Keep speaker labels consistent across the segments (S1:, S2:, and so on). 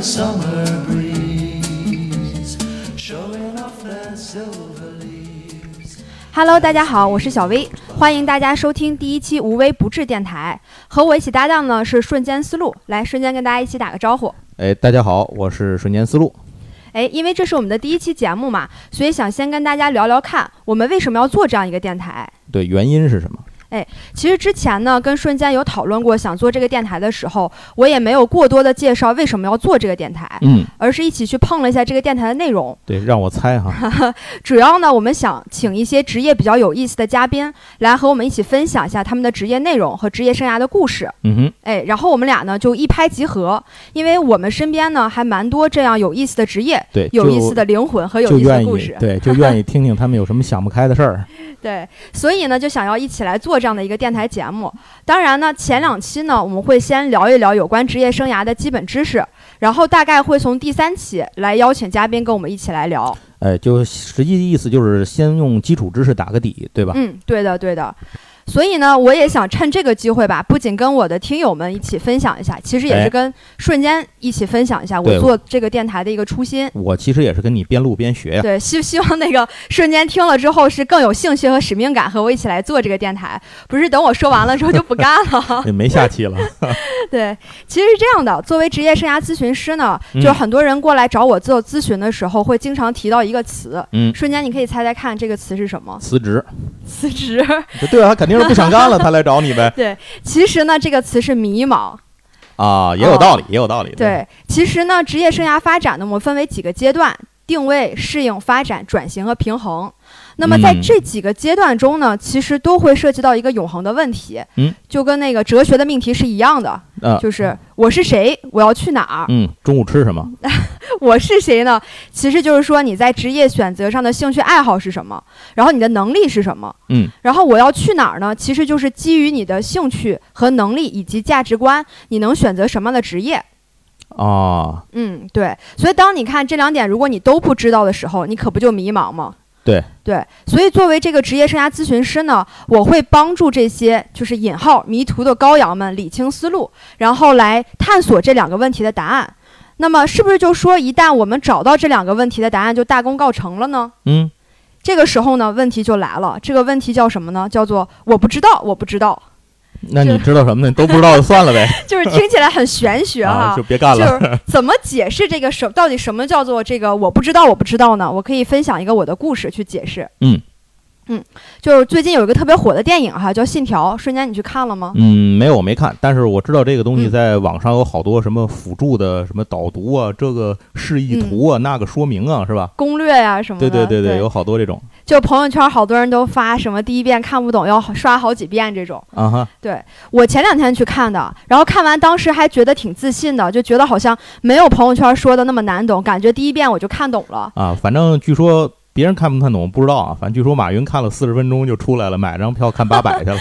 S1: summer breeze, showing off their silver leaves.
S2: Hello，大家好，我是小薇，欢迎大家收听第一期无微不至电台。和我一起搭档呢是瞬间思路，来瞬间跟大家一起打个招呼。
S3: 哎，大家好，我是瞬间思路。
S2: 哎，因为这是我们的第一期节目嘛，所以想先跟大家聊聊看，我们为什么要做这样一个电台。
S3: 对，原因是什么？
S2: 其实之前呢，跟瞬间有讨论过想做这个电台的时候，我也没有过多的介绍为什么要做这个电台，
S3: 嗯，
S2: 而是一起去碰了一下这个电台的内容。
S3: 对，让我 猜哈。
S2: 主要呢，我们想请一些职业比较有意思的嘉宾来和我们一起分享一下他们的职业内容和职业生涯的故事。
S3: 嗯哼，
S2: 哎，然后我们俩呢就一拍即合，因为我们身边呢还蛮多这样有意思的职业、
S3: 对，
S2: 有
S3: 就
S2: 意思的灵魂和有
S3: 就
S2: 意思的
S3: 愿
S2: 故
S3: 意
S2: 事，。
S3: 对，就愿意听听他们有什么想不开的 事儿。
S2: 对，所以呢就想要一起来做这样的一个电台节目。当然呢，前两期呢我们会先聊一聊有关职业生涯的基本知识，然后大概会从第三期来邀请嘉宾跟我们一起来聊。
S3: 哎，就实际意思就是先用基础知识打个底，对吧？
S2: 嗯，对的，对的。所以呢，我也想趁这个机会吧，不仅跟我的听友们一起分享一下，其实也是
S3: 哎
S2: 跟瞬间一起分享一下我
S3: 对
S2: 做这个电台的一个初心。
S3: 我其实也是跟你边录边学呀。
S2: 对，希希望那个瞬间听了之后是更有兴趣和使命感，和我一起来做这个电台，不是等我说完了之后就不干了。
S3: 也哎没下期了，
S2: 对，其实是这样的，作为职业生涯咨询师呢，
S3: 嗯
S2: 就是很多人过来找我做咨询的时候，会经常提到一个词，
S3: 嗯
S2: 瞬间你可以猜猜看这个词是什么？
S3: 辞职。
S2: 辞职。
S3: 对啊，他肯定是不想干了，他来找你 呗。
S2: 其实呢，这个词是迷茫。
S3: 啊，也有道理，也有道理。，
S2: 哦对，其实呢，职业生涯发展呢，我们分为几个阶段：定位、适应、发展、转型和平衡。那么在
S3: 嗯
S2: 这几个阶段中呢，其实都会涉及到一个永恒的问题，
S3: 嗯
S2: 就跟那个哲学的命题是一样的，
S3: 啊
S2: 就是我是谁，我要去哪儿，
S3: 嗯，中午吃什么？
S2: 我是谁呢？其实就是说你在职业选择上的兴趣爱好是什么，然后你的能力是什么，
S3: 嗯，
S2: 然后我要去哪儿呢？其实就是基于你的兴趣和能力以及价值观，你能选择什么样的职业。
S3: 啊，
S2: 嗯，对，所以当你看这两点，如果你都不知道的时候，你可不就迷茫吗？
S3: 对
S2: 对，所以作为这个职业生涯咨询师呢，我会帮助这些就是引号迷途的羔羊们理清思路，然后来探索这两个问题的答案。那么，是不是就说一旦我们找到这两个问题的答案，就大功告成了呢？
S3: 嗯，
S2: 这个时候呢，问题就来了。这个问题叫什么呢？叫做我不知道，我不知道，
S3: 那
S2: 这
S3: 你知道什么呢？都不知道就算 了呗，
S2: 就是听起来很玄学哈、
S3: 啊，就别干
S2: 就
S3: 了。
S2: 是怎么解释这个什到底什么叫做这个我不知道我不知道呢？我可以分享一个我的故事去解释。
S3: 嗯
S2: 嗯，就是最近有一个特别火的电影哈，叫《信条》，瞬间你去看了吗？
S3: 嗯，没有，我没看，但是我知道这个东西
S2: 啊嗯
S3: 在网上有好多什么辅助的，什么导读啊，这个示意图啊，那个说明啊，是吧？
S2: 攻略呀、什么
S3: 对
S2: 的，
S3: 对对
S2: 嗯对，
S3: 有好多这种
S2: 就朋友圈好多人都发什么第一遍看不懂要刷好几遍这种。
S3: 啊哈，
S2: 我前两天去看的，然后看完当时还觉得挺自信的，就觉得好像没有朋友圈说的那么难懂，感觉第一遍我就看懂了。
S3: 啊，反正据说别人看不看懂不知道啊，反正据说马云看了四十分钟就出来了，买张票看八百 去了。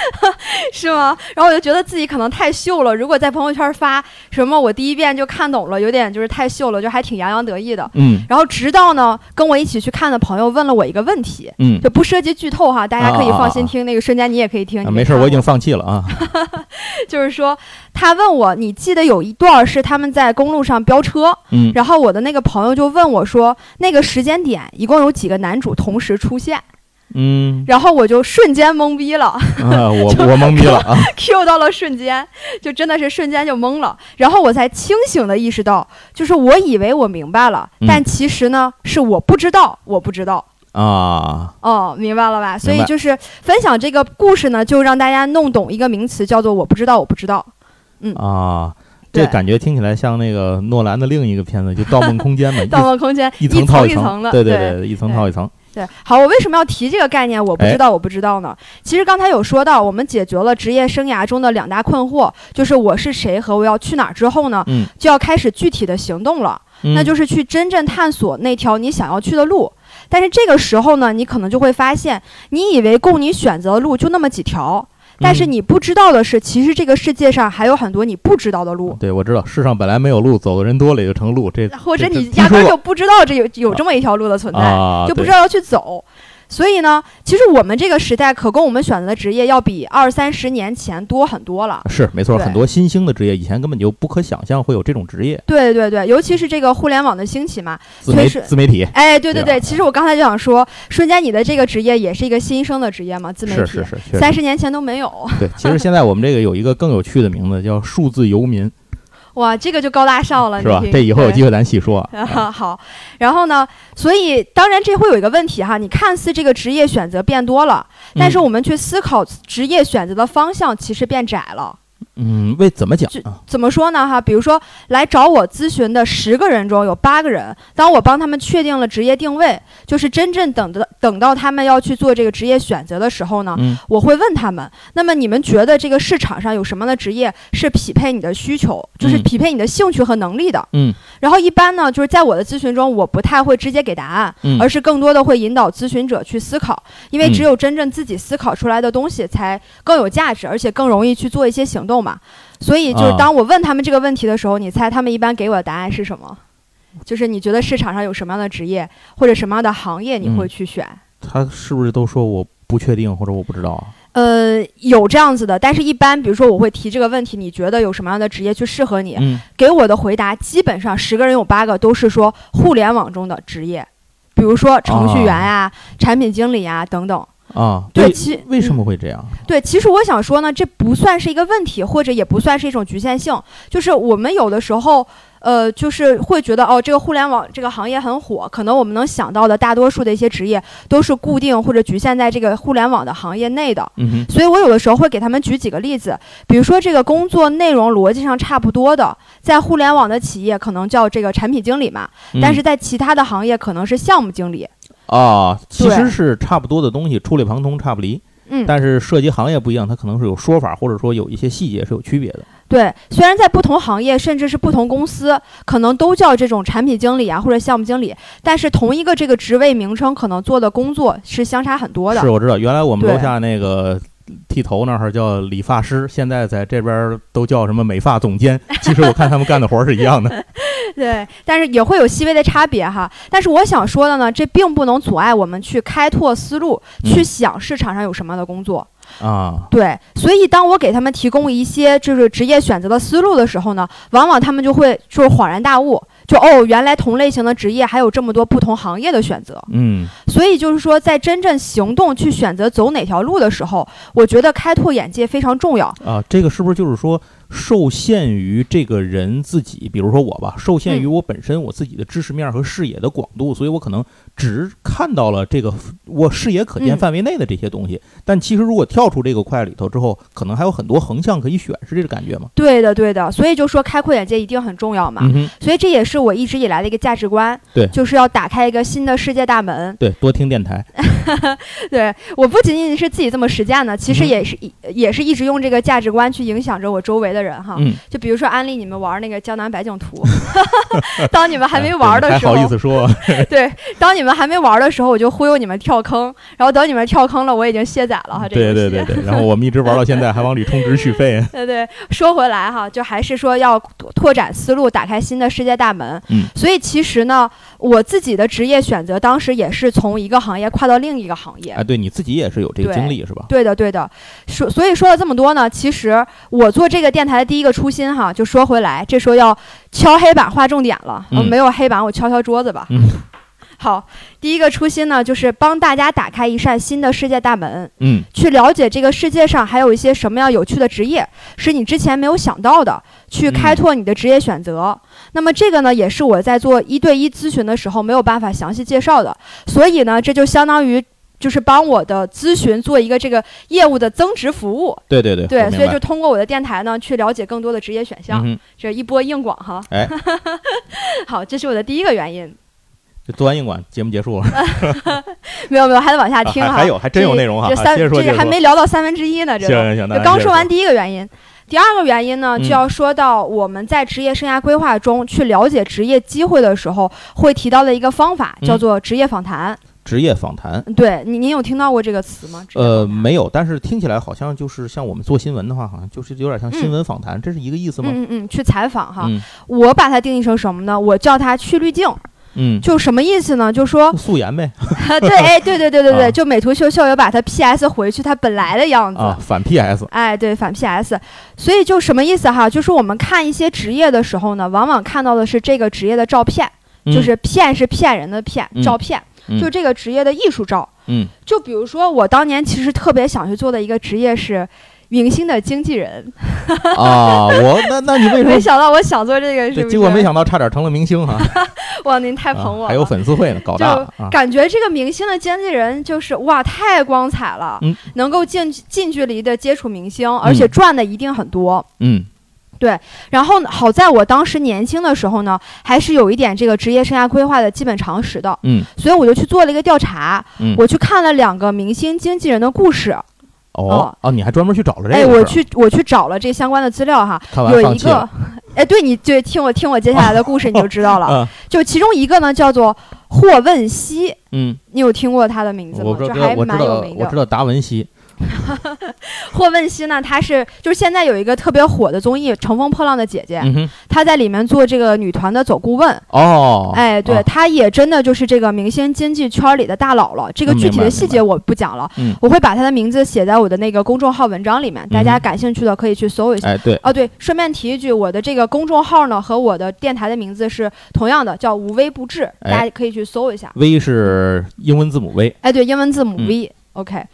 S2: 是吗？然后我就觉得自己可能太秀了，如果在朋友圈发什么我第一遍就看懂了，有点就是太秀了，就还挺洋洋得意的。
S3: 嗯
S2: 然后直到呢，跟我一起去看的朋友问了我一个问题，
S3: 嗯，
S2: 就不涉及剧透哈，大家可以
S3: 啊啊啊
S2: 放心
S3: 啊
S2: 听。那个瞬间你也可以听，
S3: 啊
S2: 你
S3: 没事，
S2: 看
S3: 我已经放弃了啊。
S2: 就是说，他问我，你记得有一段是他们在公路上飙车，
S3: 嗯
S2: 然后我的那个朋友就问我说，那个时间点一共有几个男主同时出现？
S3: 嗯
S2: 然后我就瞬间懵逼了。
S3: 啊，我我懵逼了 啊。
S2: Q 到了瞬间，就真的是瞬间就懵了，然后我才清醒的意识到，就是我以为我明白了，
S3: 嗯
S2: 但其实呢是我不知道，我不知道。
S3: 啊，
S2: 哦，明白了吧？所以
S3: 明白
S2: 就是分享这个故事呢，就让大家弄懂一个名词，叫做“我不知道，我不知道
S3: 啊，
S2: 对
S3: 这感觉听起来像那个诺兰的另一个片子，就《盗梦空间》嘛，”。
S2: 盗梦空间
S3: 一一
S2: 层
S3: 层套
S2: 一层
S3: 层
S2: 的，
S3: 对
S2: 对
S3: 对，哎一层套一层。
S2: 对，好，我为什么要提这个概念？我不知道，我不知道呢。其实刚才有说到，我们解决了职业生涯中的两大困惑，就是我是谁和我要去哪儿之后呢，
S3: 嗯
S2: 就要开始具体的行动了。那
S3: 嗯
S2: 就是去真正探索那条你想要去的路。但是这个时候呢，你可能就会发现，你以为供你选择的路就那么几条，但是
S3: 嗯
S2: 你不知道的是，其实这个世界上还有很多你不知道的路，
S3: 对，我知道，世上本来没有路，走的人多了也就成路。这
S2: 或者
S3: 这
S2: 你
S3: 这
S2: 压根儿
S3: 听
S2: 就
S3: 说
S2: 不知道这有有这么一条路的存
S3: 过
S2: 在，
S3: 啊，
S2: 就不
S3: 对
S2: 知道要去走。所以呢，其实我们这个时代可供我们选择的职业要比二三十年前多很多了。
S3: 是没错，
S2: 对
S3: 很多新兴的职业以前根本就不可想象会有这种职业，
S2: 对对对，尤其是这个互联网的兴起嘛，
S3: 自媒
S2: 确实
S3: 自媒体，
S2: 哎，对对
S3: 对
S2: 对，
S3: 啊
S2: 其实我刚才就想说，瞬间你的这个职业也是一个新生的职业嘛，自媒
S3: 是
S2: 体，
S3: 是是，确
S2: 三
S3: 实
S2: 十年前都没有，
S3: 对。其实现在我们这个有一个更有趣的名字叫数字游民，
S2: 哇，这个就高大上了，
S3: 是吧
S2: 你？听
S3: 这以后有
S2: 啊对
S3: 机会咱细说啊。
S2: 啊， 好，然后呢？所以当然这会有一个问题哈，你看似这个职业选择变多了，但
S3: 嗯
S2: 是我们去思考职业选择的方向其实变窄了。
S3: 嗯，为怎么讲
S2: 就
S3: 啊？
S2: 怎么说呢？哈，比如说来找我咨询的十个人中有八个人，当我帮他们确定了职业定位，就是真正等的等到他们要去做这个职业选择的时候呢，
S3: 嗯
S2: 我会问他们，那么你们觉得这个市场上有什么样的职业是匹配你的需求，就是
S3: 嗯
S2: 匹配你的兴趣和能力的？
S3: 嗯
S2: 然后一般呢，就是在我的咨询中，我不太会直接给答案，
S3: 嗯
S2: 而是更多的会引导咨询者去思考，因为只有真正自己思考出来的东西才更有价值，而且更容易去做一些行动嘛。所以就是
S3: 啊
S2: 当我问他们这个问题的时候，你猜他们一般给我的答案是什么？就是你觉得市场上有什么样的职业或者什么样的行业你会
S3: 嗯
S2: 去选？
S3: 他是不是都说我不确定或者我不知道啊？
S2: 呃，有这样子的，但是一般比如说我会提这个问题，你觉得有什么样的职业去适合你？
S3: 嗯，
S2: 给我的回答基本上十个人有八个都是说互联网中的职业，比如说程序员啊、
S3: 哦
S2: 产品经理啊等等。
S3: 啊，
S2: 对，
S3: 为
S2: 其
S3: 为什
S2: 嗯
S3: 么会这样？
S2: 对，其实我想说呢，这不算是一个问题，或者也不算是一种局限性，就是我们有的时候。呃，就是会觉得哦，这个互联网这个行业很火，可能我们能想到的大多数的一些职业都是固定或者局限在这个互联网的行业内的。
S3: 嗯哼，
S2: 所以我有的时候会给他们举几个例子，比如说这个工作内容逻辑上差不多的，在互联网的企业可能叫这个产品经理嘛，
S3: 嗯
S2: 但是在其他的行业可能是项目经理。
S3: 啊，其
S2: 对
S3: 实是差不多的东西，触类旁通，差不离。
S2: 嗯，
S3: 但是涉及行业不一样，它可能是有说法，或者说有一些细节是有区别的。
S2: 对，虽然在不同行业甚至是不同公司，可能都叫这种产品经理啊或者项目经理，但是同一个这个职位名称可能做的工作是相差很多的
S3: 是。我知道，原来我们
S2: 对
S3: 楼下那个剃头那儿叫理发师，现在在这边儿都叫什么美发总监。其实我看他们干的活儿是一样 的。
S2: 对，但是也会有细微的差别哈。但是我想说的呢，这并不能阻碍我们去开拓思路，去
S3: 嗯
S2: 想市场上有什么样的工作。
S3: 啊，
S2: 对，所以当我给他们提供一些就是职业选择的思路的时候呢，往往他们就会就是恍然大悟，就哦，原来同类型的职业还有这么多不同行业的选择。
S3: 嗯，
S2: 所以就是说，在真正行动去选择走哪条路的时候，我觉得开拓眼界非常重要。
S3: 啊，这个是不是就是说受限于这个人自己？比如说我吧，受限于
S2: 嗯
S3: 我本身我自己的知识面儿和视野的广度，所以我可能只看到了这个我视野可见
S2: 嗯
S3: 范围内的这些东西。但其实如果跳出这个块里头之后，可能还有很多横向可以选，是这个感觉吗？
S2: 对的，对的。所以就说开阔眼界一定很重要嘛。
S3: 嗯哼，
S2: 所以这也是我一直以来的一个价值观，
S3: 对
S2: 就是要打开一个新的世界大门。
S3: 对，多听电台。
S2: 对我不仅仅是自己这么实践呢，其实
S3: 嗯哼
S2: 也是一、也是一直用这个价值观去影响着我周围的人哈。
S3: 嗯。
S2: 就比如说安利你们玩那个《江南百景图》， 当你们还没
S3: 哎
S2: 玩儿
S3: 对
S2: 的时候，
S3: 还好意思 说，
S2: 对，当你们还没玩儿的时候，我就忽悠你们跳坑，然后等你们跳坑了，我已经卸载了哈。这个
S3: 对
S2: 游
S3: 对
S2: 戏
S3: 对对。然后我们一直玩到现在，还往里充值续费。
S2: 对对，说回来哈，就还是说要拓拓展思路，打开新的世界大门。
S3: 嗯，
S2: 所以其实呢，我自己的职业选择当时也是从一个行业跨到另一个行业。
S3: 哎，对你自己也是有这个
S2: 对
S3: 经历是吧？
S2: 对的，对的。说，所以说了这么多呢，其实我做这个电台的第一个初心哈，就说回来，这说要敲黑板划重点了。呃
S3: 嗯
S2: 没有黑板，我敲敲桌子吧。
S3: 嗯
S2: 好，第一个初心呢，就是帮大家打开一扇新的世界大门，
S3: 嗯
S2: 去了解这个世界上还有一些什么样有趣的职业，是你之前没有想到的，去开
S3: 嗯
S2: 拓你的职业选择。那么这个呢，也是我在做一对一咨询的时候没有办法详细介绍的，所以呢，这就相当于。就是帮我的咨询做一个这个业务的增值服务，
S3: 对对对
S2: 对，
S3: 我明
S2: 所以
S3: 白
S2: 就通过我的电台呢，去了解更多的职业选
S3: 嗯
S2: 项，
S3: 哼
S2: 这一波硬广哈。
S3: 哎
S2: 好，这是我的第一个原因，
S3: 就做完硬广节目结束了，
S2: 没有没有，还得往下
S3: 啊
S2: 听
S3: 还
S2: 哈。
S3: 还有还真有
S2: 这
S3: 内容哈
S2: 这
S3: 啊
S2: 三
S3: 接着说接
S2: 这
S3: 着
S2: 还
S3: 说
S2: 没聊到三分之一呢，这
S3: 行
S2: 都。
S3: 行行，那
S2: 就刚
S3: 接着
S2: 说完第一个原因，第二个原因呢，就
S3: 嗯
S2: 要说到我们在职业生涯规划中去了解职业机会的时候会提到的一个方法，
S3: 嗯
S2: 叫做职业访谈。
S3: 职业访谈。
S2: 对，您您有听到过这个词吗？职业
S3: 呃，
S2: 访谈
S3: 没有，但是听起来好像就是像我们做新闻的话，好像就是有点像新闻访
S2: 嗯
S3: 谈，这是一个意思吗？
S2: 嗯嗯嗯，去采访哈，
S3: 嗯
S2: 我把它定义成什么呢？我叫它去滤镜。
S3: 嗯，
S2: 就什么意思呢？就说
S3: 素颜呗
S2: 对，哎，对对对对对，
S3: 啊
S2: 就美图秀秀又把它 PS 回去它本来的样子。
S3: 啊，反 PS
S2: 哎，对，反 PS，所以就什么意思哈？就是我们看一些职业的时候呢，往往看到的是这个职业的照片，就
S3: 嗯
S2: 是骗是骗人的骗，
S3: 嗯
S2: 照片，
S3: 嗯
S2: 就这个职业的艺术照。
S3: 嗯
S2: 就比如说，我当年其实特别想去做的一个职业是明星的经纪 人，
S3: 啊，我那那你为什
S2: 没
S3: 么？
S2: 想到我想做这个，是
S3: 对
S2: 不是？
S3: 结果没想到差点成了明星哈，
S2: 哇，您太捧我了，
S3: 啊还有粉丝会呢，搞大了
S2: 就
S3: 啊！
S2: 感觉这个明星的经纪人就是哇，太光彩了，
S3: 嗯
S2: 能够近近距离的接触明星，而且
S3: 嗯
S2: 赚的一定很多。
S3: 嗯
S2: 然后呢好在我当时年轻的时候呢，还是有一点这个职业生涯规划的基本常识的，
S3: 嗯
S2: 所以我就去做了一个调查，
S3: 嗯，
S2: 我去看了两个明星经纪人的故事，
S3: 哦哦，你还专门去找了这个
S2: 哎，
S3: 事儿？
S2: 我去我去找了这相关的资料哈，
S3: 看完
S2: 有
S3: 放
S2: 一
S3: 弃了
S2: 个，哎，对你对听我听我接下来的故 事你就知道了，
S3: 啊
S2: 就其中一个呢叫做霍汶希。
S3: 嗯，
S2: 你有听过他的名字
S3: 我
S2: 吗？
S3: 不知
S2: 就
S3: 道
S2: 还
S3: 我知
S2: 蛮有
S3: 道
S2: 名
S3: 我
S2: 的
S3: 知。道达文西
S2: 霍汶希呢，她是就是现在有一个特别火的综艺《乘风破浪的姐姐》，
S3: 嗯哼
S2: 她在里面做这个女团的总顾问。
S3: 哦，
S2: 哎，对，
S3: 啊
S2: 她也真的就是这个明星经济圈里的大佬了。这个
S3: 嗯
S2: 具体
S3: 明白
S2: 的细节我不讲了
S3: 明白嗯，
S2: 我会把她的名字写在我的那个公众号文章里面，大
S3: 嗯
S2: 家
S3: 哼
S2: 感兴趣的可以去搜一下。
S3: 哎对，
S2: 哦，对，顺便提一句，我的这个公众号呢和我的电台的名字是同样的，叫无微不至，
S3: 哎
S2: 大家可以去搜一下。
S3: V 是英文字母 V，
S2: 哎，对，英文字母
S3: 嗯
S2: V、OK，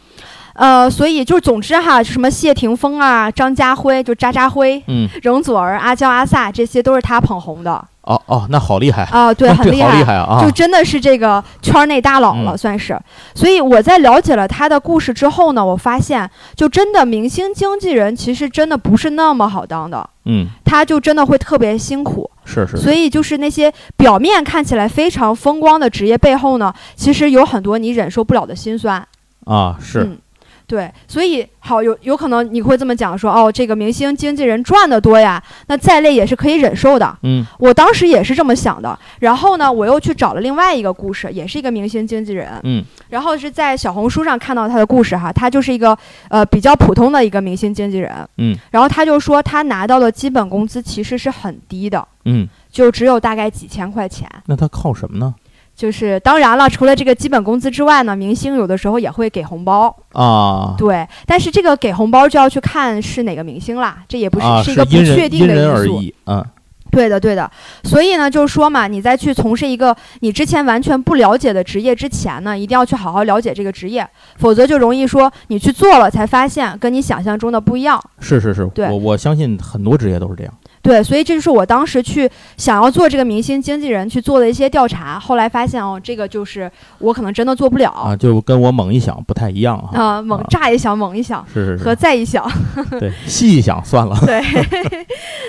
S2: 呃，所以就是总之哈，什么谢霆锋啊、张家辉，就渣渣辉、
S3: 嗯，
S2: 容祖儿、阿娇、阿萨，这些都是他捧红的
S3: 哦哦，那好厉害，
S2: 啊、对，
S3: 那
S2: 很
S3: 这
S2: 厉
S3: 好
S2: 害。
S3: 厉害啊
S2: 就！真的是这个圈内大佬了，
S3: 嗯
S2: 算是。所以我在了解了他的故事之后呢，我发现，就真的明星经纪人其实真的不是那么好当的，
S3: 嗯，
S2: 他就真的会特别辛苦。
S3: 是是，
S2: 所以就是那些表面看起来非常风光的职业背后呢，其实有很多你忍受不了的辛酸。
S3: 啊是，
S2: 嗯对，所以好有有可能你会这么讲说，哦，这个明星经纪人赚得多呀，那再累也是可以忍受的。
S3: 嗯
S2: 我当时也是这么想的。然后呢，我又去找了另外一个故事，也是一个明星经纪人，
S3: 嗯
S2: 然后是在小红书上看到他的故事哈，他就是一个呃比较普通的一个明星经纪人，
S3: 嗯
S2: 然后他就说他拿到的基本工资其实是很低的，
S3: 嗯，
S2: 就只有大概几千块钱。
S3: 那他靠什么呢？
S2: 就是当然了，除了这个基本工资之外呢，明星有的时候也会给红包，
S3: 啊
S2: 对。但是这个给红包就要去看是哪个明星啦，这也不是、
S3: 啊，
S2: 是一
S3: 是
S2: 个不
S3: 因
S2: 确
S3: 人
S2: 定
S3: 因
S2: 的
S3: 人
S2: 因
S3: 而
S2: 素。
S3: 异啊，
S2: 对的，对的。所以呢，就是说嘛，你在去从事一个你之前完全不了解的职业之前呢，一定要去好好了解这个职业，否则就容易说你去做了才发现跟你想象中的不一样。
S3: 是是是，
S2: 对
S3: 我我相信很多职业都是这样，
S2: 对，所以这就是我当时去想要做这个明星经纪人去做的一些调查，后来发现哦，这个就是我可能真的做不了。
S3: 啊，就跟我猛一想不太一样哈。
S2: 啊、猛
S3: 啊
S2: 炸一响，猛一响
S3: 是是
S2: 和
S3: 是，
S2: 再一响，
S3: 对，细一想算 了。
S2: 对，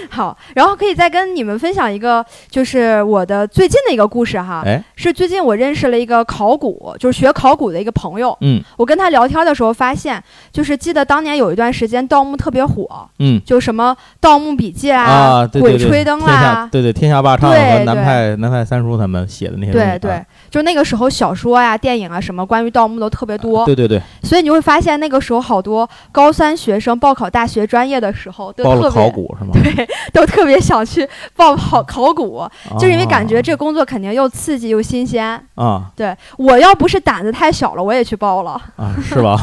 S2: 好，然后可以再跟你们分享一个，就是我的最近的一个故事哈，
S3: 哎，
S2: 是最近我认识了一个考古，就是学考古的一个朋友，
S3: 嗯
S2: 我跟他聊天的时候发现，就是记得当年有一段时间盗墓特别火，
S3: 嗯
S2: 就什么《盗墓笔记》
S3: 啊，对对
S2: 鬼
S3: 对，
S2: 吹灯》
S3: 天下
S2: 啦。
S3: 对对，天下霸唱和
S2: 对
S3: 南
S2: 对
S3: 派南派三叔他们写的那些东西
S2: 对
S3: 啊，
S2: 对，就那个时候小说呀、电影啊什么关于盗墓都特别多，
S3: 啊对对对，
S2: 所以你会发现那个时候好多高三学生报考大学专业的时候都
S3: 包
S2: 特别
S3: 了考古是吗？
S2: 都特别想去报考考古，就是因为感觉
S3: 啊
S2: 这个工作肯定又刺激又新鲜。
S3: 啊
S2: 对我要不是胆子太小了，我也去报了。
S3: 啊是吧？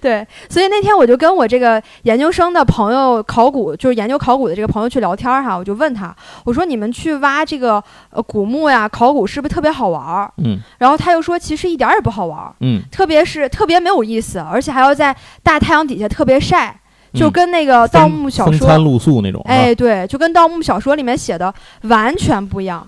S2: 对，所以那天我就跟我这个研究生的朋友，考古就是研究考古的这个朋友去聊天儿哈，我就问他，我说你们去挖这个呃古墓呀、考古是不是特别好玩儿？
S3: 嗯
S2: 然后他又说，其实一点儿也不好玩儿，
S3: 嗯，
S2: 特别是特别没有意思，而且还要在大太阳底下特别晒，就
S3: 嗯
S2: 跟那个盗
S3: 风
S2: 墓小
S3: 风
S2: 说
S3: 餐露宿那种，啊
S2: 哎，对，就跟盗墓小说里面写的完全不一 样，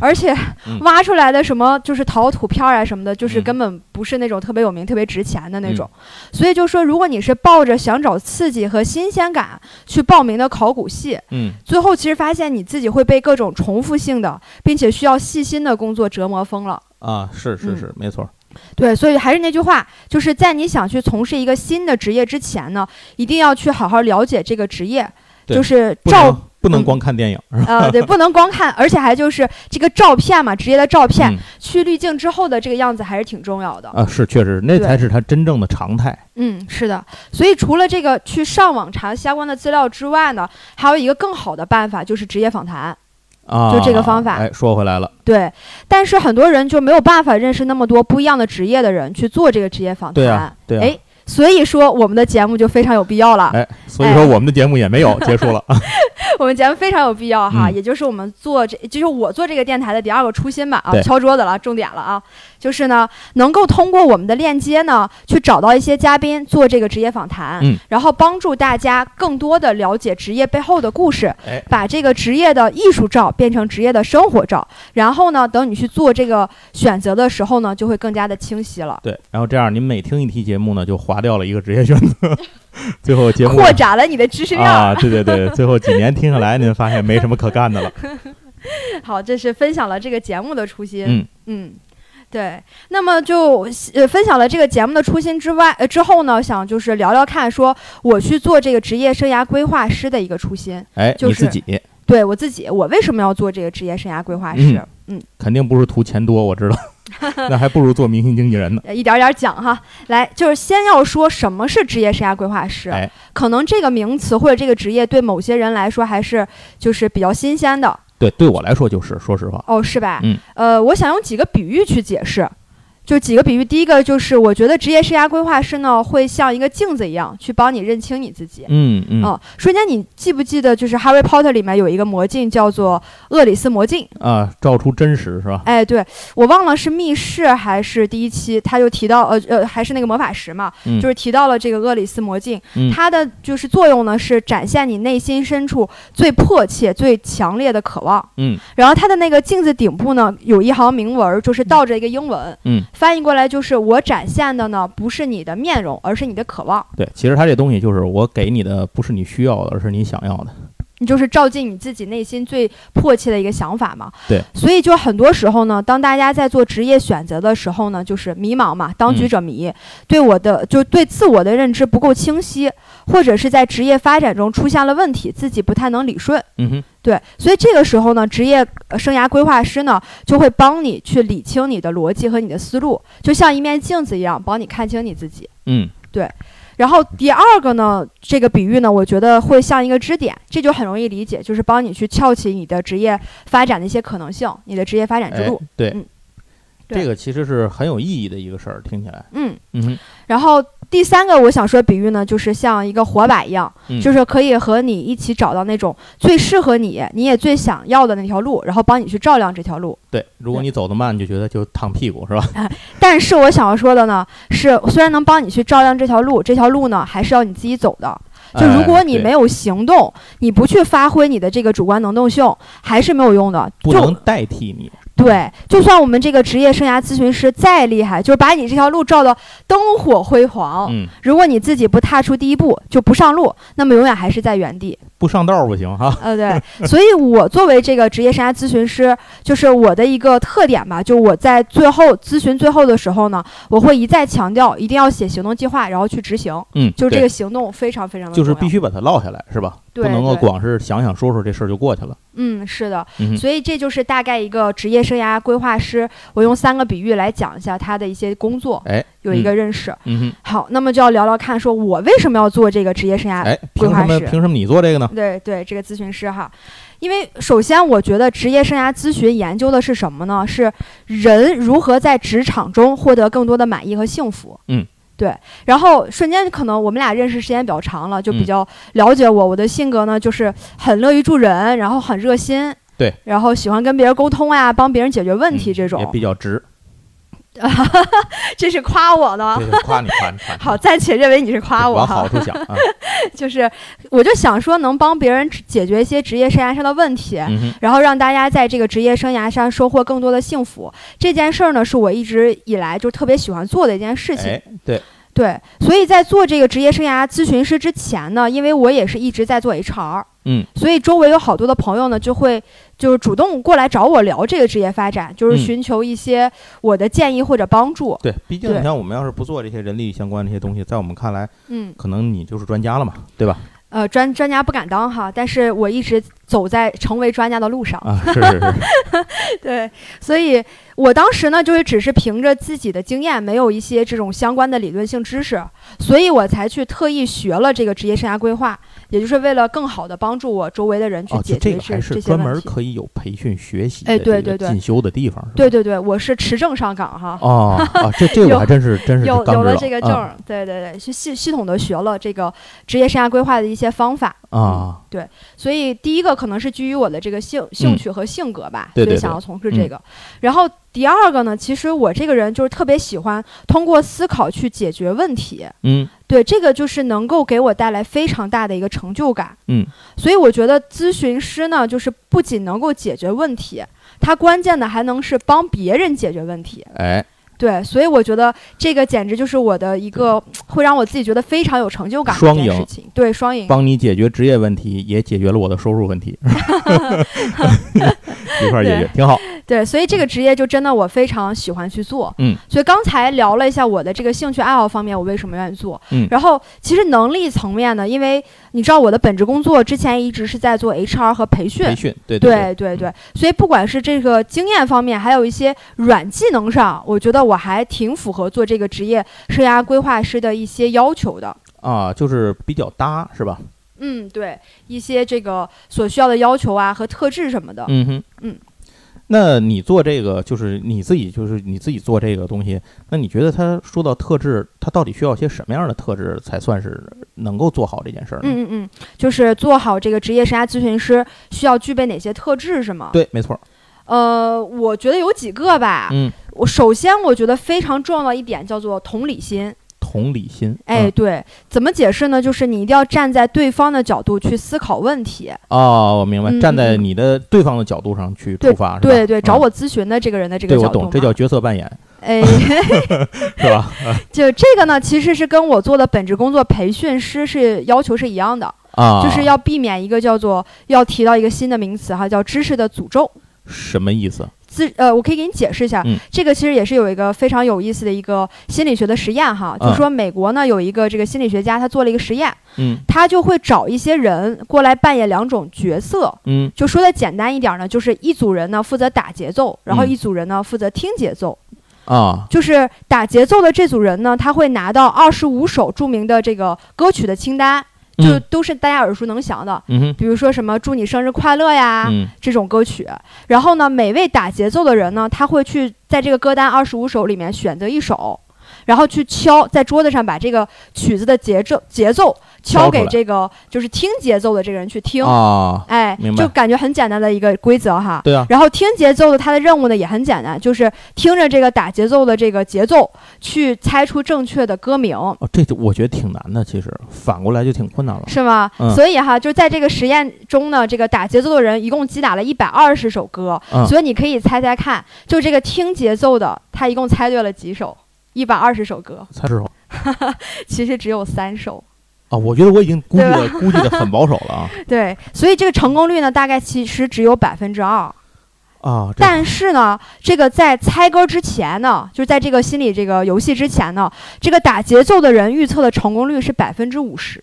S2: 而且
S3: 嗯
S2: 挖出来的什么就是陶土片儿啊什么的，就是
S3: 嗯
S2: 根本不是那种特别有名、特别值钱的那种。所以就说，如果你是抱着想找刺激和新鲜感去报名的考古系，
S3: 嗯
S2: 最后其实发现你自己会被各种重复性的，并且需要细心的工作折磨疯了。
S3: 啊是是
S2: 嗯
S3: 是，没错儿，
S2: 对，所以还是那句话，就是在你想去从事一个新的职业之前呢，一定要去好好了解这个职业。
S3: 对
S2: 就是
S3: 不
S2: 照
S3: 能不能
S2: 嗯
S3: 光看电影，
S2: 呃，对，不能光看，而且还就是这个照片嘛，职业的照片、
S3: 嗯
S2: 去滤镜之后的这个样子还是挺重要的。
S3: 啊是确实，那
S2: 对
S3: 才是他真正的常态。
S2: 嗯，是的。所以除了这个去上网查相关的资料之外呢，还有一个更好的办法就是职业访谈。
S3: 啊，
S2: 就这个方法
S3: 哎，说回来了，
S2: 对，但是很多人就没有办法认识那么多不一样的职业的人去做这个职业访谈。
S3: 对啊，对啊
S2: 哎，所以说我们的节目就非常有必要了。
S3: 哎，所以说我们的节目也 没有结束了，
S2: 我们节目非常有必要哈，
S3: 嗯
S2: 也就是我们做这，就是我做这个电台的第二个初心吧啊
S3: 对，
S2: 敲桌子了，重点了啊，就是呢，能够通过我们的链接呢，去找到一些嘉宾做这个职业访谈，
S3: 嗯
S2: 然后帮助大家更多的了解职业背后的故事，
S3: 哎
S2: 把这个职业的艺术照变成职业的生活照，然后呢，等你去做这个选择的时候呢，就会更加的清晰了，
S3: 对，然后这样您每听一期节目呢，就划掉了一个职业选择， 最后节目
S2: 扩展了你的知识量。
S3: 啊，对对对，最后几年听下来，您发现没什么可干 的了，
S2: 好，这是分享了这个节目的初心。
S3: 嗯
S2: 对。那么就呃分享了这个节目的初心之外，呃之后呢，想就是聊聊看，说我去做这个职业生涯规划师的一个初心。
S3: 哎，
S2: 就
S3: 你自
S2: 是
S3: 己
S2: 对我自己，我为什么要做这个职业生涯规划师？嗯
S3: 肯定不是图钱多，我知 道，那还不如做明星经纪人呢。
S2: 呃一点儿点儿讲哈，来，就是先要说什么是职业生涯规划师。
S3: 哎
S2: 可能这个名词或者这个职业对某些人来说还是就是比较新鲜的，
S3: 对，对我来说就是，说实话，
S2: 哦，是吧？
S3: 嗯，
S2: 呃，我想用几个比喻去解释，就几个比喻。第一个就是，我觉得职业生涯规划师呢，会像一个镜子一样，去帮你认清你自己。
S3: 嗯嗯
S2: 嗯，瞬间你记不记得，就是《Harry Potter》里面有一个魔镜叫做厄里斯魔镜？
S3: 啊，照出真实是吧？
S2: 哎，对我忘了是密室还是第一期，他就提到呃呃，还是那个魔法石嘛，
S3: 嗯
S2: 就是提到了这个厄里斯魔镜，
S3: 嗯
S2: 它的就是作用呢是展现你内心深处最迫切、最强烈的渴望。
S3: 嗯，
S2: 然后它的那个镜子顶部呢有一行铭文儿，就是倒着一个英文，
S3: 嗯，
S2: 翻译过来就是我展现的呢不是你的面容，而是你的渴望。
S3: 对，其实它这东西就是我给你的，不是你需要的，而是你想要的。
S2: 你就是照进你自己内心最迫切的一个想法嘛。
S3: 对，
S2: 所以就很多时候呢，当大家在做职业选择的时候呢，就是迷茫嘛，当局者迷，对我的就对自我的认知不够清晰，或者是在职业发展中出现了问题，自己不太能理顺。
S3: 嗯哼，
S2: 对，所以这个时候呢，职业呃生涯规划师呢就会帮你去理清你的逻辑和你的思路，就像一面镜子一样，帮你看清你自己。
S3: 嗯
S2: 然后第二个呢，这个比喻呢，我觉得会像一个支点，这就很容易理解，就是帮你去翘起你的职业发展的一些可能性，你的职业发展之
S3: 哎
S2: 路。，
S3: 对，
S2: 嗯对
S3: 这个其实是很有意义的一个事儿，听起来，
S2: 嗯，
S3: 嗯哼，
S2: 然后第三个我想说比喻呢，就是像一个火把一样，
S3: 嗯
S2: 就是可以和你一起找到那种最适合你，你也最想要的那条路，然后帮你去照亮这条路。
S3: 对，如果
S2: 对
S3: 你走得慢，你就觉得就烫屁股是吧？
S2: 但是我想要说的呢，是虽然能帮你去照亮这条路，这条路呢还是要你自己走的。 就
S3: 哎
S2: 如果你没
S3: 有
S2: 有行动，你不去发挥你的这个主观能动性，还是没有用的。
S3: 不能
S2: 就
S3: 代替你，
S2: 对，就算我们这个职业生涯咨询师再厉害，就是把你这条路照得灯火辉煌，
S3: 嗯，
S2: 如果你自己不踏出第一步，就不上路，那么永远还是在原地。
S3: 不上道儿不行哈。
S2: 呃， 对，所以我作为这个职业生涯咨询师，就是我的一个特点吧，就我在最后咨询最后的时候呢，我会一再强调，一定要写行动计划，然后去执行。
S3: 嗯，
S2: 就是这
S3: 对
S2: 个行动非常非常的
S3: 就是
S2: 重要
S3: 必须把它落下来是吧？不
S2: 对
S3: 能够
S2: 对
S3: 光是想想说说这事儿就过去了。
S2: 嗯，是的，
S3: 嗯哼
S2: 所以这就是大概一个职业生涯规划师，我用三个比喻来讲一下他的一些工作，
S3: 哎，
S2: 有一个认识。
S3: 嗯哼，
S2: 好，那么就要聊聊看，说我为什么要做这个职业生涯？
S3: 哎，
S2: 规
S3: 凭
S2: 划
S3: 什么
S2: 师
S3: 凭什么你做这个呢？
S2: 对对，这个咨询师哈，因为首先我觉得职业生涯咨询研究的是什么呢？是人如何在职场中获得更多的满意和幸福。
S3: 嗯。
S2: 对，然后瞬间可能我们俩认识时间比较长了，就比
S3: 嗯
S2: 较了解我。我的性格呢，就是很乐于助人，然后很热心，
S3: 对，
S2: 然后喜欢跟别人沟通呀，帮别人解决问题
S3: 嗯
S2: 这种
S3: 也。比较直，
S2: 这是夸我呢，
S3: 对，夸你夸你 夸你，
S2: 好，暂且认为你是夸我
S3: 往
S2: 哈
S3: 好。处想啊。
S2: 就是，我就想说能帮别人解决一些职业生涯上的问题，
S3: 嗯哼，
S2: 然后让大家在这个职业生涯上收获更多的幸福。这件事儿呢，是我一直以来就特别喜欢做的一件事情。
S3: 哎，对，
S2: 对，所以在做这个职业生涯咨询师之前呢，因为我也是一直在做 HR，
S3: 嗯，
S2: 所以周围有好多的朋友呢，就会就是主动过来找我聊这个职业发展，就是
S3: 嗯
S2: 寻求一些我的建议或者帮助。
S3: 对，毕竟
S2: 对
S3: 你像我们要是不做这些人力相关的这些东西，在我们看来，
S2: 嗯，
S3: 可能你就是专家了嘛， 对吧？
S2: 呃，专专家不敢当哈，但是我一直走在成为专家的路上。
S3: 啊，是是是，
S2: 对，所以我当时呢，就是只是凭着自己的经验，没有一些这种相关的理论性知识，所以我才去特意学了这个职业生涯规划。也就是为了更好的帮助我周围的人去
S3: 哦，就
S2: 解决
S3: 这个
S2: 这
S3: 还是
S2: 这些
S3: 专门
S2: 问题。
S3: 可以有培训学习
S2: 哎
S3: 的
S2: 对
S3: 这个
S2: 对对
S3: 进修的地方，是吧
S2: 对对对，我是持证上岗哈。
S3: 哦啊， 这这
S2: 有
S3: 我还真是真是
S2: 有
S3: 刚
S2: 有
S3: 知
S2: 了
S3: 道
S2: 这个证
S3: 啊
S2: 儿，对对对，去系系统的学了这个职业生涯规划的一些方法，
S3: 啊，
S2: 所以第一个可能是基于我的这个兴兴
S3: 嗯
S2: 趣和性格吧，
S3: 对
S2: 所以
S3: 对
S2: 想
S3: 对嗯
S2: 要从事这个。然后第二个呢，其实我这个人就是特别喜欢通过思考去解决问题，
S3: 嗯
S2: 对这个就是能够给我带来非常大的一个成就感。
S3: 嗯，
S2: 所以我觉得咨询师呢，就是不仅能够解决问题，他关键的还能是帮别人解决问题。
S3: 哎，
S2: 对，所以我觉得这个简直就是我的一个会让我自己觉得非常有成就感的
S3: 双
S2: 一件
S3: 赢
S2: 事情。对，双赢。
S3: 帮你解决职业问题，也解决了我的收入问题， 一块儿解决，挺好。
S2: 对，所以这个职业就真的我非常喜欢去做。
S3: 嗯，
S2: 所以刚才聊了一下我的这个兴趣爱好方面，我为什么愿意做。
S3: 嗯
S2: 然后其实能力层面呢，因为你知道我的本职工作之前一直是在做 HR 和培训。
S3: 培训，对对，
S2: 对
S3: 嗯
S2: 对对，所以不管是这个经验方面，还有一些软技能上，我觉得我还挺符合做这个职业生涯规划师的一些要求的。
S3: 啊，就是比较搭，是吧？
S2: 嗯，对，一些这个所需要的要求啊和特质什么的。
S3: 嗯哼，
S2: 嗯。
S3: 那你做这个，就是你自己，就是你自己做这个东西，那你觉得他说到特质，他到底需要些什么样的特质才算是能够做好这件事儿呢？
S2: 嗯嗯嗯，就是做好这个职业生涯咨询师需要具备哪些特质是吗？
S3: 对，没错儿。
S2: 呃，我觉得有几个吧。
S3: 嗯，
S2: 我首先我觉得非常重要的一点叫做同理心。
S3: 同理心。
S2: 哎，
S3: 嗯
S2: 对，怎么解释呢？就是你一定要站在对方的角度去思考问题。
S3: 哦，我明白
S2: 嗯，
S3: 站在你的对方的角度上去出发，是吧？
S2: 对对，
S3: 嗯
S2: 找我咨询的这个人的这
S3: 对
S2: 个角
S3: 我
S2: 度嘛。
S3: 懂，这叫角色扮演，
S2: 哎，
S3: 是吧？嗯
S2: 就这个呢，其实是跟我做的本职工作培训师是要求是一样的。
S3: 啊，
S2: 就是要避免一个叫做要提到一个新的名词哈，叫知识的诅咒。
S3: 什么意思？
S2: 自呃，我可以给你解释一下，
S3: 嗯
S2: 这个其实也是有一个非常有意思的一个心理学的实验哈，
S3: 嗯
S2: 就说美国呢有一个这个心理学家，他做了一个实验，
S3: 嗯
S2: 他就会找一些人过来扮演两种角色，
S3: 嗯
S2: 就说的简单一点呢，就是一组人呢负责打节奏，然后
S3: 嗯
S2: 一组人呢负责听节奏，
S3: 啊
S2: 就是打节奏的这组人呢，他会拿到二十五首著名的这个歌曲的清单，就
S3: 嗯
S2: 都是大家耳熟能详的，
S3: 嗯哼
S2: 比如说什么“祝你生日快乐”呀、
S3: 嗯
S2: 这种歌曲。然后呢，每位打节奏的人呢，他会去在这个歌单二十五首里面选择一首，然后去敲在桌子上把这个曲子的节奏节奏敲
S3: 敲出
S2: 给
S3: 来
S2: 这个就是听节奏的这个人去听。
S3: 啊，
S2: 哎
S3: 明，白
S2: 就感觉很简单的一个规则哈。
S3: 对啊，
S2: 然后听节奏的他的任务呢也很简单，就是听着这个打节奏的这个节奏去猜出正确的歌名。
S3: 哦，这就我觉得挺难的，其实反过来就挺困难了。
S2: 是吗？
S3: 嗯
S2: 所以哈，就是在这个实验中呢，这个打节奏的人一共击打了一百二十首歌，
S3: 嗯
S2: 所以你可以猜猜看，就这个听节奏的，他一共猜对了几首？一百二十首歌，
S3: 才是啊，
S2: 其实只有三首。
S3: 我觉得我已经估计
S2: 对
S3: 的估计的很保守 了啊
S2: 对，所以这个成功率呢，大概其实只有百分之二。
S3: 啊，这
S2: 但是呢，这个在猜歌之前呢，就是在这个心理这个游戏之前呢，这个打节奏的人预测的成功率是百分之五十。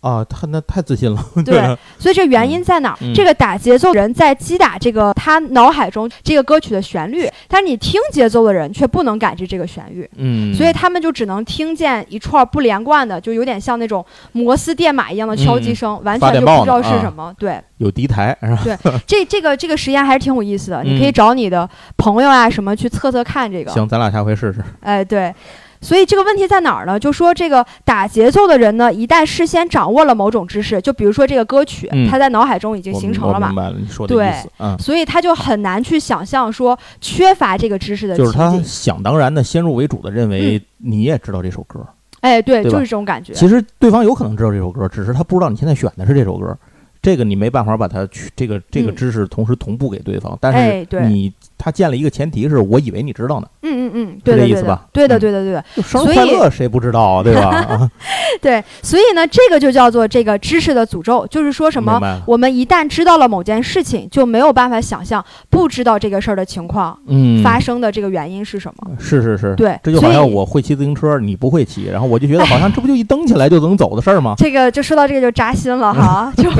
S3: 啊，他那太自信了，啊
S2: 对，所以这原因在哪儿？
S3: 嗯嗯
S2: 这个打节奏人在击打这个他脑海中这个歌曲的旋律，但是你听节奏的人却不能感知这个旋律，
S3: 嗯，
S2: 所以他们就只能听见一串不连贯的，就有点像那种摩斯电码一样的敲击声，完
S3: 嗯发
S2: 全就
S3: 电
S2: 不知
S3: 报
S2: 道
S3: 呢
S2: 是
S3: 啊
S2: 什么。 对，
S3: 有敌台是吧？
S2: 这这个这个实验还是挺有意思的，你
S3: 嗯
S2: 可以找你的朋友啊什么去测测看这个。
S3: 行，咱俩下回试试。
S2: 哎，对。所以这个问题在哪儿呢？就说这个打节奏的人呢，一旦事先掌握了某种知识，就比如说这个歌曲，
S3: 嗯
S2: 他在脑海中已经
S3: 我
S2: 形
S3: 明
S2: 成了
S3: 我
S2: 嘛
S3: 明，白了你说的意思，嗯，
S2: 所以他就很难去想象说缺乏这个知识的
S3: 就是
S2: 情
S3: 他
S2: 景。
S3: 想当然的先入为主的认为你也知道这首歌，
S2: 哎，嗯对，
S3: 对
S2: 就
S3: 吧
S2: 是这种感觉。
S3: 其实对方有可能知道这首歌，只是他不知道你现在选的是这首歌。这个你没办法把它去这个这个
S2: 嗯
S3: 知识同时同步给对方，但
S2: 哎对
S3: 是你他建了一个前提是我以为你知道呢，
S2: 嗯嗯嗯，对
S3: 这
S2: 的
S3: 意
S2: 对
S3: 思
S2: 的
S3: 吧，
S2: 对的
S3: 嗯
S2: 对的对的
S3: 就生
S2: 所以
S3: 日快乐谁不知道啊，对吧？啊，
S2: 对。所以呢，这个就叫做这个知识的诅咒，就是说 什
S3: 明
S2: 么？
S3: 白了？
S2: 我们一旦知道了某件事情，就没有办法想象不知道这个事儿的情况
S3: 嗯，
S2: 发生的这个原因是什么。
S3: 是是是，
S2: 对
S3: 这就
S2: 所
S3: 好像
S2: 以
S3: 我会骑自行车，你不会骑，然后我就觉得好像这不就一蹬起来就能走的事儿吗？
S2: 这个就说到这个就扎心了哈，就。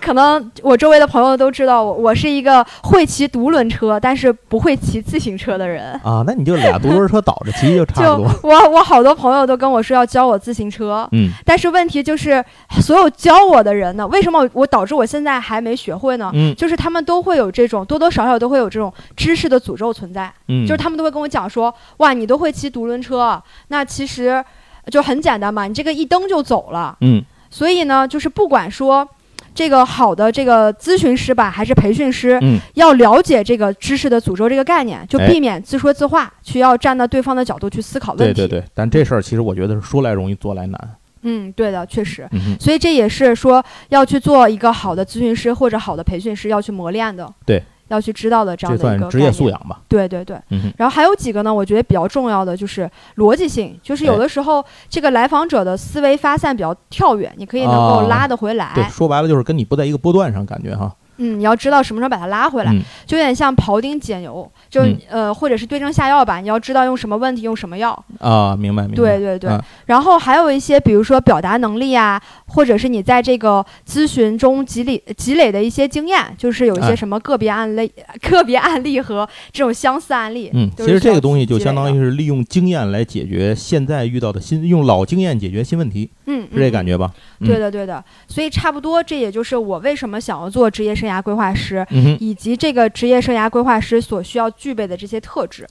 S2: 可能我周围的朋友都知道我，我是一个会骑独轮车，但是不会骑自行车的人。
S3: 啊，那你就俩独轮车倒着骑就差
S2: 就
S3: 不多。
S2: 我我好多朋友都跟我说要教我自行车，
S3: 嗯
S2: 但是问题就是所有教我的人呢，为什么我我导致我现在还没学会呢？
S3: 嗯
S2: 就是他们都会有这种多多少少都会有这种知识的诅咒存在，
S3: 嗯，
S2: 就是他们都会跟我讲说，哇，你都会骑独轮车，那其实就很简单嘛，你这个一蹬就走了。
S3: 嗯
S2: 所以呢，就是不管说这个好的这个咨询师吧，还是培训师，
S3: 嗯
S2: 要了解这个知识的诅咒这个概念，就
S3: 哎
S2: 避免自说自话，去要站到对方的角度去思考问
S3: 对
S2: 题。
S3: 对对，但这事儿其实我觉得是说来容易做来难。
S2: 嗯，对的，确实。
S3: 嗯哼，
S2: 所以这也是说要去做一个好的咨询师或者好的培训师要去磨练的，
S3: 对，
S2: 要去知道的这样
S3: 这
S2: 的一
S3: 算
S2: 个
S3: 职业
S2: 概
S3: 素
S2: 念。
S3: 养吧。
S2: 对对对，
S3: 嗯哼，
S2: 然后还有几个呢，我觉得比较重要的就是逻辑性，就是有
S3: 对
S2: 的时候这个来访者的思维发散比较跳跃，你可以能
S3: 哦
S2: 够拉得回来。
S3: 对，说白了就是跟你不在一个波段上，感觉哈。
S2: 嗯，你要知道什么时候把它拉回来，
S3: 嗯
S2: 就有点像庖丁解牛，就、
S3: 嗯
S2: 呃或者是对症下药吧，你要知道用什么问题用什么药。
S3: 啊，明白明白。
S2: 对对对，
S3: 啊
S2: 然后还有一些，比如说表达能力啊，或者是你在这个咨询中积累积累的一些经验，就是有一
S3: 哎
S2: 些什么个别案例、个别案例和这种相似案例。
S3: 嗯，
S2: 都
S3: 其
S2: 是
S3: 实
S2: 需要
S3: 这个东西就
S2: 积累
S3: 相当于
S2: 的
S3: 是利用经验来解决现在遇到的新，用老经验解决新问题，
S2: 嗯，
S3: 是这感
S2: 觉。
S3: 觉吧？嗯
S2: 对的，对的，所以差不多，这也就是我为什么想要做职业生涯规划师，
S3: 嗯哼，
S2: 以及这个职业生涯规划师所需要具备的这些特质。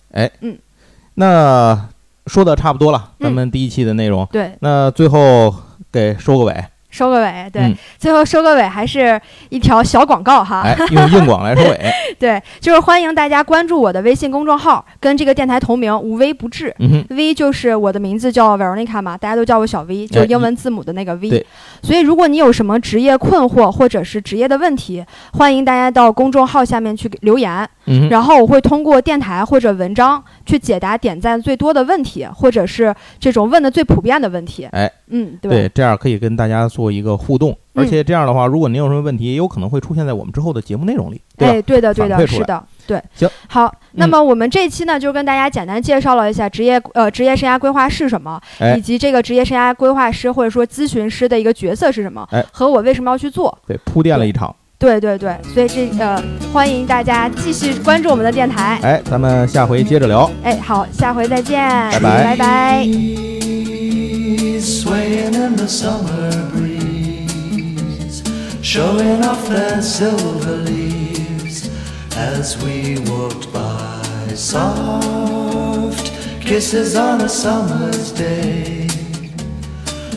S3: 那说的差不多了，
S2: 嗯
S3: 咱们第一期的内容，
S2: 对，
S3: 那最后给收个尾，
S2: 收个尾，对，
S3: 嗯
S2: 最后收个尾还是一条小广告哈，
S3: 哎，用硬广来收 尾，
S2: 对，就是欢迎大家关注我的微信公众号，跟这个电台同名，无微不至。
S3: 嗯哼，
S2: V 就是我的名字叫 Veronica 嘛，大家都叫我小 V，就是英文字母的那个 V。
S3: 哎对
S2: 所以如果你有什么职业困惑或者是职业的问题，欢迎大家到公众号下面去给留言，
S3: 嗯哼，
S2: 然后我会通过电台或者文章去解答点赞最多的问题，或者是这种问的最普遍的问题。
S3: 哎，
S2: 嗯，对
S3: 对，这样可以跟大家做一个互动，
S2: 嗯
S3: 而且这样的话，如果您有什么问题，也有可能会出现在我们之后的节目内容里，对吧？
S2: 哎，对的，对
S3: 反
S2: 的，
S3: 馈出
S2: 是
S3: 来
S2: 的，对。
S3: 行，
S2: 好，那
S3: 嗯
S2: 么我们这期呢，就跟大家简单介绍了一下职业呃职业生涯规划是什么，
S3: 哎
S2: 以及这个职业生涯规划师或者说咨询师的一个角色是什么，
S3: 哎
S2: 和我为什么要去做。
S3: 对，铺垫了一场，
S2: 对对对，所以这呃，欢迎大家继续关注我们的电台。
S3: 哎，咱们下回接着聊。
S2: 哎，好，下回再见，
S3: 拜拜
S2: 拜拜
S1: Trees Swaying in the summer breeze, showing off their silver leaves as we walked by. Soft kisses on a summer's day,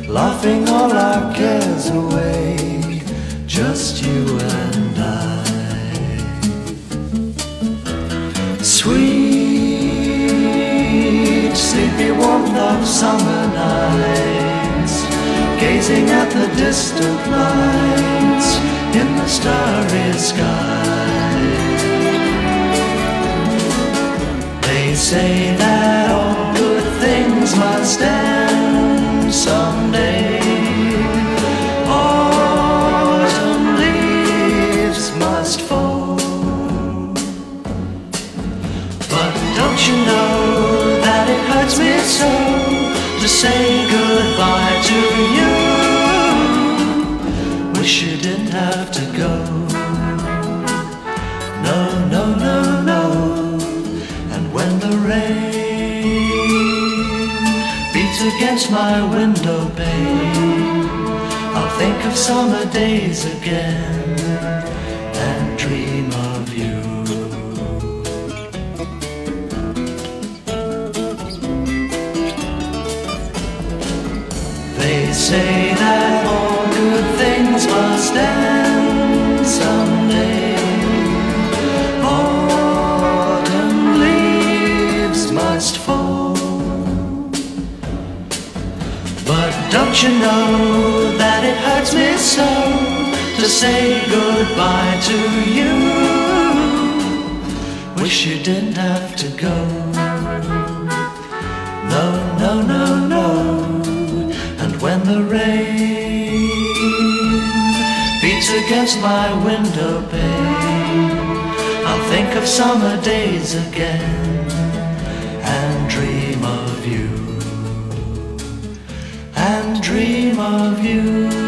S1: laughing all our cares away. Just you and I. Sweet, sleepy warmth of summer nights, gazing at the distant lights in the starry sky. They say that all good things must end someday. Autumn leaves must fall. But don't you know that it hurts me so to say goodbye to you? Wish you didn't have to go. No, no, no, no. And when the rain beats against my window pane, I'll think of summer days again and dream of you. They say that all good things must end someday. Autumn leaves must fall. But don't you know that it hurts me so to say goodbye to you? Wish you didn't have to go. No, no, no, no. And when the rain beats against my window pane, I'll think of summer days again and dream of you. And dream of you.